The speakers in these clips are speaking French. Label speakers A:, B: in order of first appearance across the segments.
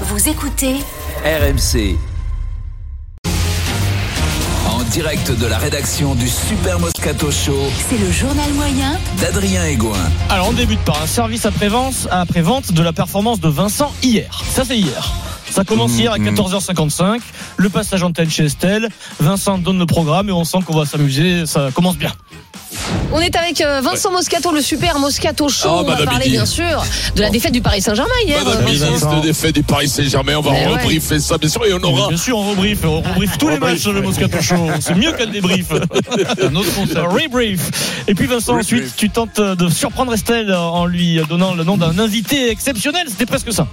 A: Vous écoutez
B: RMC. En direct de la rédaction du Super Moscato Show
A: C'est le journal moyen
B: d'Adrien Egoin.
C: Alors on débute par un service après-vente après -vente de la performance de Vincent hier. Ça c'est hier. Ça commence hier à 14h55, le passage antenne chez Estelle, Vincent donne le programme et on sent qu'on va s'amuser, ça commence bien.
D: On est avec euh, Vincent Moscato, le super Moscato Show.
E: Ah,
D: on va
E: Madame
D: parler
E: Midi. Bah,
D: bien sûr de la défaite du Paris Saint-Germain hier.
E: Madame
D: euh,
E: la ministre
C: Vincent.
E: des faits du Paris Saint-Germain, on va
D: Mais ouais.
E: rebriefer ça, bien sûr, et on aura.
C: Bien sûr on rebrief, on rebrief tous les matchs sur le Moscato Show, c'est mieux qu'un débrief. un autre concept. Rebrief. Et puis Vincent,
E: Rebrief.
C: ensuite tu tentes de surprendre Estelle en lui donnant le nom d'un invité exceptionnel, c'était presque ça.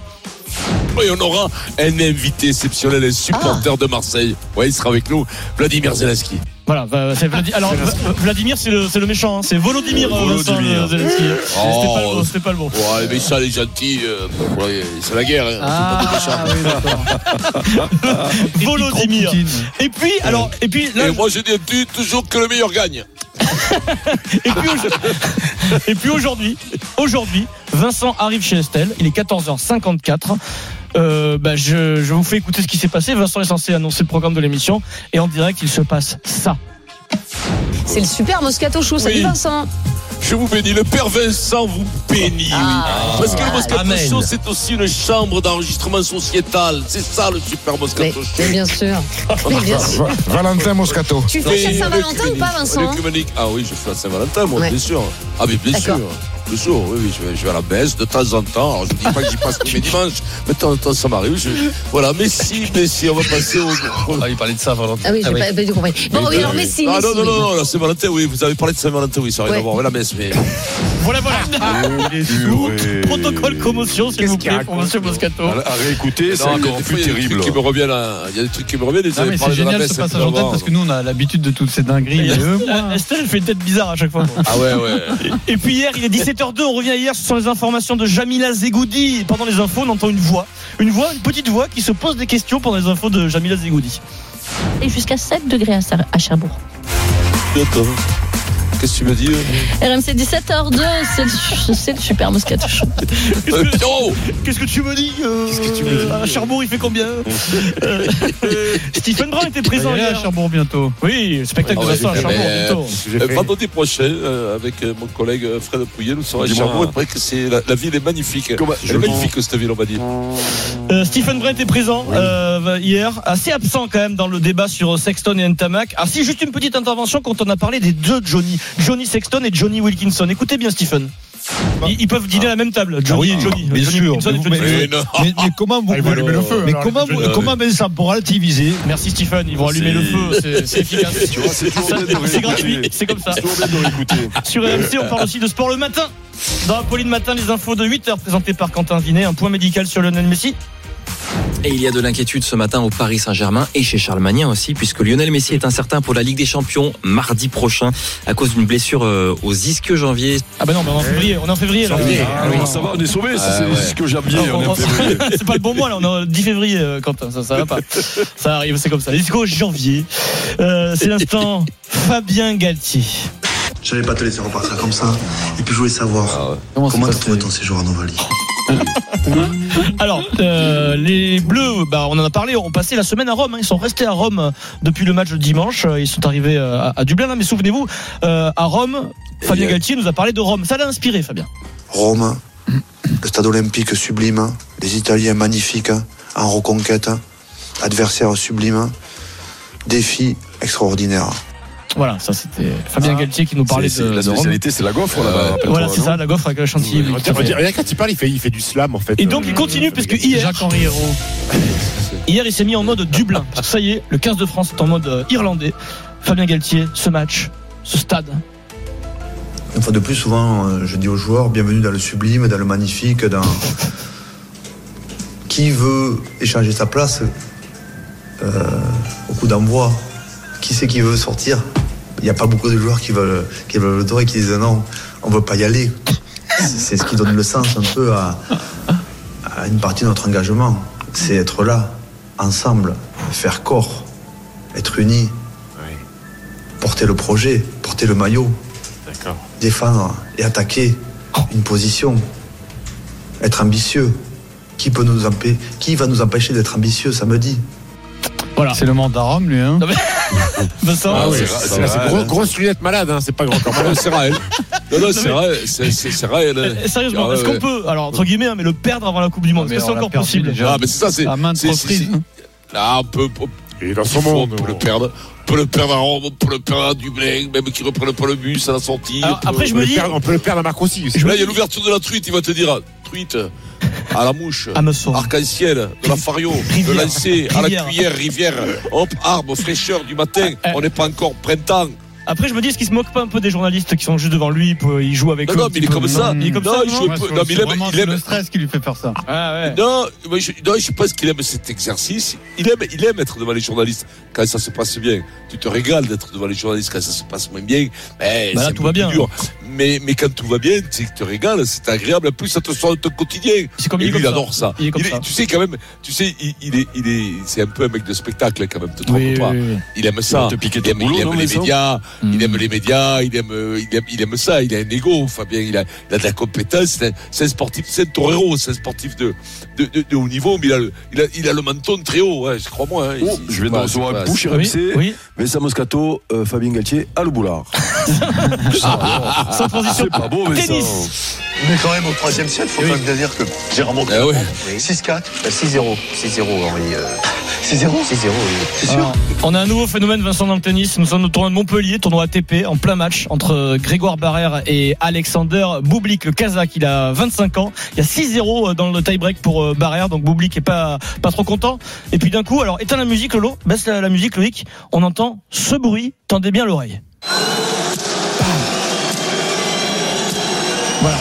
C: Mm-hmm.
E: Et on aura un invité exceptionnel, un
D: Ah.
E: supporter de Marseille. Ouais, il sera avec nous, Vladimir Zelensky.
C: Voilà, va- c'est Vladi- alors Va- Vladimir c'est le, c'est le méchant, hein. c'est Volodymyr euh, Vincent
E: Volodymyr.
C: euh, Zelensky. C'était pas le bon,
E: Oh.
C: c'était pas le bon.
E: Ouais, mais ça, les gentils, euh, ouais, c'est la guerre. hein.
D: Ah.
C: Ah, Volodymyr. Et puis, alors, et puis, là,
E: Et moi, je dis tu- toujours que le meilleur gagne.
C: et puis, au- et puis aujourd'hui, aujourd'hui, Vincent arrive chez Estelle. Il est 14h54. Euh, bah, je, je vous fais écouter ce qui s'est passé. Vincent est censé annoncer le programme de l'émission et en direct, il se passe ça.
D: C'est le super Moscato Show. Salut
E: Oui.
D: Vincent.
E: Je vous bénis, le père Vincent vous bénit. oui.
D: Ah.
E: Parce que le Moscato
C: Amen.
E: Show, c'est aussi une chambre d'enregistrement sociétal. C'est ça, le super
D: Mais,
E: Moscato Show.
D: mais bien sûr. Mais bien sûr.
F: Va- Valentin Moscato.
D: Tu
E: Et
D: fais à Saint-Valentin ou
E: l'œcuménique.
D: pas Vincent hein
E: L'œcuménique. Ah oui, je fais à Saint-Valentin, moi,
D: Ouais.
E: bien sûr. Ah, mais bien sûr.
D: D'accord.
E: Bien sûr, oui, oui, je vais, je vais à la baisse de temps en temps. Alors, je ne dis pas que j'y passe tous mes dimanches, mais de temps en temps, ça m'arrive. Je... Voilà, mais si, mais si, on va passer au. Ah, il parlait de Saint-Valentin.
D: Ah oui, j'ai pas, pas du compris. Bon, oui, alors Messi.
E: Ah non,
D: Messi,
E: non, non,
D: oui.
E: non, la Saint-Valentin, oui, vous avez parlé de Saint-Valentin, oui, ça n'a rien
D: Ouais.
E: à voir avec la messe, mais.
C: Voilà, voilà.
E: Ah,
C: Protocole commotion, s'il vous plaît, pour Monsieur Moscato.
G: À, à réécouter, c'est
E: Non, il y a
G: encore
E: des fois, il
G: plus
E: y a des
G: terrible.
E: trucs qui me reviennent, à- il y a des trucs qui me reviennent, ils
H: Non, mais
E: avaient
H: c'est
E: parlé de la
H: génial
E: messe.
H: ce passage
E: un
H: en
E: peu
H: tête
E: avant.
H: parce que nous on a l'habitude de toutes ces
C: Et
H: dingueries. Et eux, moi,
C: Euh, Estelle fait une tête bizarre à chaque fois.
E: Ah ouais, ouais.
C: Et puis hier, il est 17h02, on revient à hier, ce sont les informations de Jamila Zegoudi. Et Pendant les infos, on entend une voix, une voix, une petite voix qui se pose des questions pendant les infos de Jamila Zegoudi.
I: et jusqu'à 7 degrés à Ser- à Cherbourg.
E: Attends. Qu'est-ce que tu me dis
I: RMC 17h02, c'est le, su- c'est le super Moscato Show.
C: Qu'est-ce
E: euh,
C: que-
E: Pierrot
C: Qu'est-ce que tu me dis euh, À Cherbourg, il fait combien Euh, Stephen Brun était
H: on va
C: présent
H: y aller à
C: hier.
H: Cherbourg bientôt.
C: Oui, spectacle
E: Ah
C: de
E: ouais,
C: Vincent à
E: mais-
C: Cherbourg,
E: mais-
C: bientôt.
E: Euh, Vendredi prochain, euh, avec euh, mon collègue euh, Fred Pouillet, nous serons à
G: Dis-moi.
E: Cherbourg. Il paraît que c'est la, la ville est magnifique.
G: Comment-
E: Elle est magnifique cette ville, on va dire.
C: Euh, Stephen Brun était présent euh, hier, assez absent quand même dans le débat sur euh, Sexton et Ntamak. Ah si, juste une petite intervention quand on a parlé des deux Johnny, Johnny Sexton et Johnny Wilkinson. Écoutez bien Stephen. Ils, ils peuvent dîner à la même table, Johnny et Johnny.
H: Bah. Ah bien
C: Johnny
H: sûr,
C: Wilkinson
H: mais
C: et
H: vous-
C: Johnny-
E: Mais non.
H: Mais, mais comment
G: Ah,
H: vous.
E: ils vont allumer le feu,
H: Mais comment, vous-
G: euh,
H: comment Vincent, pour relativiser,
C: Merci Stephen, ils vont allumer le feu, c'est- c'est efficace.
G: Tu vois, c'est toujours
C: Ça,
G: bien de réécouter.
C: C'est gratuit, c'est comme ça.
G: C'est toujours bien de réécouter.
C: Sur RMC, on parle aussi de sport le matin. Dans Apolline Matin, les infos de 8h présentées par Quentin Vinet, un point médical sur Lionel Messi.
J: Et il y a de l'inquiétude ce matin au Paris Saint-Germain et chez Charlemagne aussi, puisque Lionel Messi est incertain pour la Ligue des Champions mardi prochain à cause d'une blessure euh, aux ischio-janvier.
C: Ah bah non, mais on est en février, on est en février là.
G: Ah, bon, ça va, Eh. on est sauvés, ça,
E: Ah,
G: c'est
E: ouais.
G: ce que j'aime bien.
C: Non,
G: on est
C: on-
G: février.
C: c'est pas le bon mois là, on est en 10 février, euh, Quentin, ça, ça va pas. Ça arrive, c'est comme ça. Jusqu'au janvier. Euh, c'est l'instant Fabien Galtier.
K: J'allais pas te laisser repartir comme ça. Et puis je voulais savoir
H: comment ça
K: comment t'as
H: se
K: trouvé ton séjour à Novali.
C: Alors, euh, les Bleus, bah, on en a parlé, ont passé la semaine à Rome. hein. Ils sont restés à Rome euh, depuis le match de dimanche. Euh, Ils sont arrivés euh, à, à Dublin, là. mais souvenez-vous, euh, à Rome, Fabien
E: Et, euh,
C: Galtier nous a parlé de Rome. Ça l'a inspiré, Fabien.
K: Rome, le stade olympique sublime, les Italiens magnifiques, hein, en reconquête, hein, adversaires sublimes, hein. défi extraordinaire.
C: Voilà, ça c'était Fabien
G: Ah.
C: Galtier qui nous parlait
G: C'est-
C: de,
G: c'est- La
C: de Rome.
G: spécialité, c'est la gaffre,
E: Euh,
G: là-bas.
C: Voilà, c'est ça, la gaufre avec la chantilly. oui, tout à fait.
G: quand il parle, il fait, il fait du slam en fait. Euh,
C: Et
E: Euh,
C: donc il continue puisque hier
H: Jacques-Henri Hérault.
C: Hier, il s'est mis en mode Dublin. Parce que ça y est, le 15 de France est en mode euh, irlandais. Fabien Galtier, ce match, ce stade.
K: Une fois de plus, souvent, euh, je dis aux joueurs, bienvenue dans le sublime, dans le magnifique, dans... Qui veut échanger sa place euh, au coup d'envoi Qui c'est qui veut sortir Il n'y a pas beaucoup de joueurs qui veulent, qui veulent le doré, qui disent non, on ne veut pas y aller. C'est c'est ce qui donne le sens un peu à, à une partie de notre engagement. C'est être là, ensemble, faire corps, être unis, porter le projet, porter le maillot défendre et attaquer une position, être ambitieux, qui peut nous empêcher, qui va nous empêcher d'être ambitieux samedi
C: Voilà.
H: C'est le mandarum, lui. Hein.
C: Vincent
E: Ah oui,
G: c'est-
E: c'est
G: c'est-
E: vrai.
G: c'est gros- grosse lunette malade, hein, c'est pas grand corps
E: Ah, c'est Raël. Non, non, c'est Raël. C'est- C'est c'est Raël. hein.
C: Eh, Sérieusement,
E: Ah,
C: est-ce
E: ouais,
C: qu'on
E: ouais.
C: peut, alors entre guillemets, hein, mais le perdre avant la Coupe du Monde, est-ce que c'est encore possible
E: Ah, mais c'est ça, c'est.
H: À maintes
E: c'est- c'est-
H: reprises.
E: Là, on peut, on
G: Il est dans
E: faut-
G: son monde.
E: on peut le perdre. On peut le perdre à Rome, on peut le perdre à Dublin, même qu'ils reprennent pas le bus à la sortie.
C: Alors,
E: on peut-
C: après, je
G: On
C: me
G: peut
C: dis,
G: le perdre- on peut le perdre à Marc aussi. c'est-
E: Là, il y a l'ouverture de la truite, il va te dire ah, truite à la mouche.
C: à me
E: Ah.
C: sauver.
E: Arc-en-ciel, de la fario, de
C: Ah, Rivière.
E: lancer, à la
C: Rivière.
E: cuillère, rivière, hop, arbre, fraîcheur du matin,
C: Ah, ah.
E: on n'est pas encore printemps.
C: Après, je me dis, est-ce qu'il se moque pas un peu des journalistes qui sont juste devant lui, pour- euh, il joue avec
E: Non,
C: eux
E: non,
C: un
E: mais
C: petit
E: il est
C: peu.
E: comme ça.
C: Il est comme
E: Non,
C: ça,
E: il
C: non
E: joue-
H: Moi,
E: peux-
H: c'est-
E: non, mais il
H: c'est
E: aime-
H: vraiment
E: il aime-
H: le stress qui lui fait faire ça.
C: Ah ouais.
E: Non, moi, je, non, je pense qu'il aime cet exercice. Il aime, il aime être devant les journalistes quand ça se passe bien. Tu te régales d'être devant les journalistes quand ça se passe moins bien. Mais
C: Bah là,
E: c'est un
C: tout
E: peu
C: va
E: plus
C: bien.
E: dur. Mais, mais quand tout va bien, tu sais que tu te régales, c'est agréable. En plus, ça te sort de ton quotidien.
C: C'est comme
E: Et
C: il est
E: lui, il
C: comme ça.
E: adore ça.
C: Il est comme ça.
E: tu sais, quand même, tu sais, il, il est, il est, c'est un peu un mec de spectacle, hein, quand même, te trompe
H: Oui,
E: pas.
H: oui, oui.
E: Il aime ça.
G: te piquer
E: Il
G: ton
E: aime,
G: boulot,
E: il aime
G: non,
E: les
G: Vincent
E: médias,
C: Hmm.
E: il aime les médias, il aime, euh, il aime, il aime ça, il a un ego, Fabien, il a, il a de la compétence, c'est un- c'est un sportif, c'est un torero, c'est un sportif de, de, de, de haut niveau, mais il a le, il a, il a le menton très haut, hein, je crois moi. hein.
F: Oh,
E: Il-
F: je vais
E: voilà,
F: dans recevoir
E: c'est
F: une
E: pas-
F: bouche
C: Oui,
F: RMC.
C: oui.
F: Vincent Moscato, euh, Fabien Galtier, à le boulard.
E: Ah,
C: Sans transition.
F: C'est pas beau, Vincent.
C: Tennis.
K: Mais quand même, au troisième set, faut quand même dire que j'ai
F: Eh
K: remonté.
E: Ah ouais.
K: 6-4. 6-0. 6-0, Henri. 6-0 6-0, oui. Ah. C'est sûr
C: Alors, Ah. on a un nouveau phénomène, Vincent, dans le tennis. Nous sommes au tournoi de Montpellier, tournoi ATP, en plein match entre euh, Grégoire Barrère et Alexander Bublik, le Kazakh. Il a 25 ans. Il y a 6-0 dans le tie-break pour euh, Barrère, donc Bublik est pas, pas trop content. Et puis d'un coup, alors éteins la musique, Lolo, baisse la, la musique, Loïc. On entend ce bruit, tendez bien l'oreille. Voilà.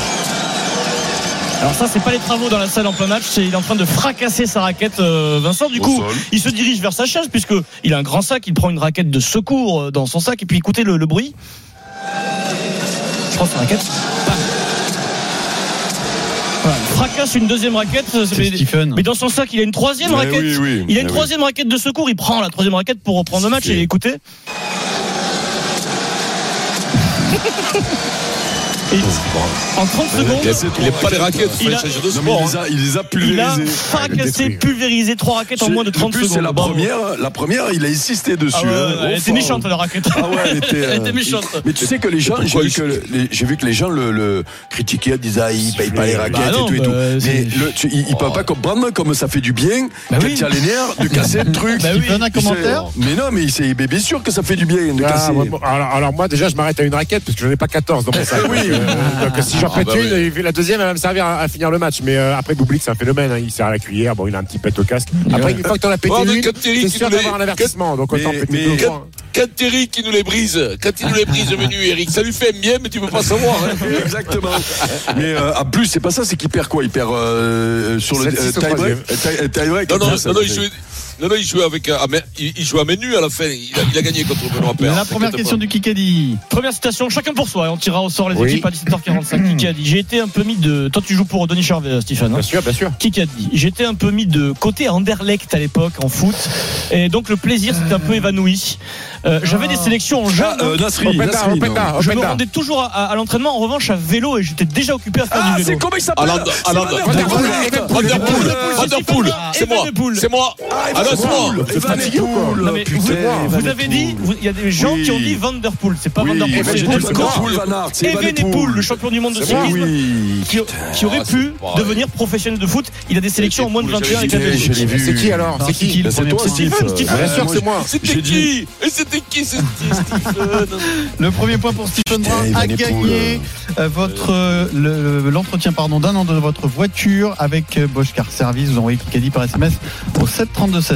C: Alors ça, c'est pas les travaux dans la salle en plein match, c'est il est en train de fracasser sa raquette, euh, Vincent. Du coup, il se dirige vers sa chaise puisque il a un grand sac, il prend une raquette de secours euh, dans son sac et puis écoutez le, le bruit. Je prends sa raquette. Bam. Voilà, il fracasse une deuxième raquette. euh,
H: C'est
C: Mais,
H: Stephen.
C: mais dans son sac, il a une troisième
G: Mais
C: raquette.
G: oui, oui.
C: Il a une
G: Mais oui.
C: troisième raquette de secours. Il prend la troisième raquette pour reprendre le match et écoutez. Et en 30
E: Il
C: secondes,
E: aime- il aime pas les raquettes, il
C: Il a-
E: faut changer de
F: Non, mais
E: sport. hein.
F: il les a, Ah, il les a
C: il a
F: pulvérisés.
C: fracassé, pulvérisé trois raquettes en moins de
F: Le
C: 30
F: plus,
C: secondes.
F: C'est la
C: Bravo.
F: première. La première, il a insisté dessus.
C: Ah ouais,
F: hein.
C: ouais, elle était
F: Enfin,
C: méchante la raquette.
F: Ah ouais, elle était,
C: Elle
F: euh,
C: était méchante.
F: Mais tu sais que les gens, j'ai
E: pourquoi
F: vu
E: il-
F: que, le- les- j'ai vu que les gens le, le critiquaient, disaient ah, il paye pas les raquettes
C: non,
F: et tout et
C: bah,
F: tout.
G: Euh,
C: c'est-
F: Mais le, tu, ils, ils
G: Oh.
F: peuvent pas comprendre comme ça fait du bien
C: Bah
F: quand
C: oui.
F: tu as les nerfs de casser le truc.
H: Bah oui. Stephen, un
F: Tu sais,
H: commentaire
C: euh,
F: Mais non, mais c'est mais bien sûr que ça fait du bien de
G: Ah,
F: casser.
G: moi, bon, alors, alors moi déjà je m'arrête à une raquette parce que j'en ai pas 14 dans mon sac.
F: Oui.
G: Donc, euh, donc, si j'en
E: Ah,
G: pète
E: bah
G: une,
E: oui.
G: il fait la deuxième, elle va me servir à, à finir le match. Mais euh, après Boublic c'est un phénomène, hein. il sert à la cuillère, bon il a un petit pet au casque. Après une fois que t'en as pété
F: Oh,
E: Ouais, mais
G: une,
E: quand Thierry,
G: c'est
E: tu
G: sûr
E: nous
G: d'avoir
E: les-
G: un avertissement. Donc autant
F: mais-
G: péter
F: mais-
G: deux
F: quand-
G: fois.
E: Quand Terry qui nous les brise, quand il nous les brise venu Eric, ça lui fait un mien, mais tu peux pas savoir. hein.
F: Exactement. Mais euh, en plus, c'est pas ça, c'est qu'il perd quoi Il perd euh, sur le
G: Sept-six au
F: tie-break. tie- tie-break.
E: Non, non,
F: Ça,
E: non, non,
F: ça
E: il
F: fait-
E: jouait, non, non, il jouait avec, euh, à main- il, il jouait à main nue à la fin, il a, il a gagné contre Benoît Paire.
H: La première
E: T'inquiète
H: question
E: pas.
H: du Kikadi.
C: Première citation, chacun pour soi. Et on tirera au sort les
G: Oui.
C: équipes à
F: Hmm.
C: 17h45. Qui a dit J'ai été un peu mis de. Toi, tu joues pour Denis Charvet, Stéphane. hein
G: Bien sûr, bien sûr.
C: qui a dit J'étais un peu mis de côté à Anderlecht à l'époque en foot. Et donc le plaisir s'est un peu évanoui. Euh, J'avais des sélections en jeu.
F: Ah, euh, Nasri,
G: Opeta,
F: Nasri, non.
G: Opeta,
C: je me
G: Opeta.
C: rendais toujours à, à- à l'entraînement en revanche à vélo et j'étais déjà occupé à faire
F: Ah,
C: du
F: c'est
C: vélo.
F: comment il s'appelle
E: Allende,
F: C'est
E: Allende,
F: Valère
G: Van
F: Valère.
G: der Poel,
E: Van
G: Van der
E: der Poel, Van der Poel,
C: Van
E: c'est moi,
C: der Poel.
E: c'est moi.
F: Ah,
E: Ah, non, c'est moi.
F: Van der
G: C'est fatigué ou quoi
F: Poel,
C: Non, mais vous,
F: putain,
C: vous
F: Van
C: avez
F: der
C: dit,
F: Poel.
C: vous- il y a des gens
F: Oui.
C: qui ont dit Vanderpool, c'est pas
F: Oui,
C: Vanderpool,
F: moi,
C: c'est
F: j'ai dit Van der Poel, Van Aert, c'est Van der
C: Evenepoel,
F: Poel.
C: le champion du monde de
F: C'est moi,
C: cyclisme,
F: oui.
C: qui, qui aurait
E: Ah, c'est
C: pu
E: pareil.
C: devenir professionnel de foot. Il a des sélections en moins de
E: Poel,
C: 21 avec la
F: Je l'ai- je
C: Belgique.
F: l'ai vu.
G: C'est qui alors C'est qui
F: Ben, C'est toi,
C: Stephen,
F: Steve.
C: Stephen.
F: Ah,
G: Bien sûr,
F: moi,
G: c'est moi.
E: C'était
F: j'ai
E: qui
F: dit-
E: Et c'était qui ce Stephen
H: Le premier point pour Stephen
F: Putain,
H: Brun
G: Eh,
F: il venait
H: a
F: pour
H: gagné euh, votre euh, le- l'entretien pardon d'un an de votre voiture avec euh, Bosch Car Service. Vous envoyez Kikadi par SMS au 732 16.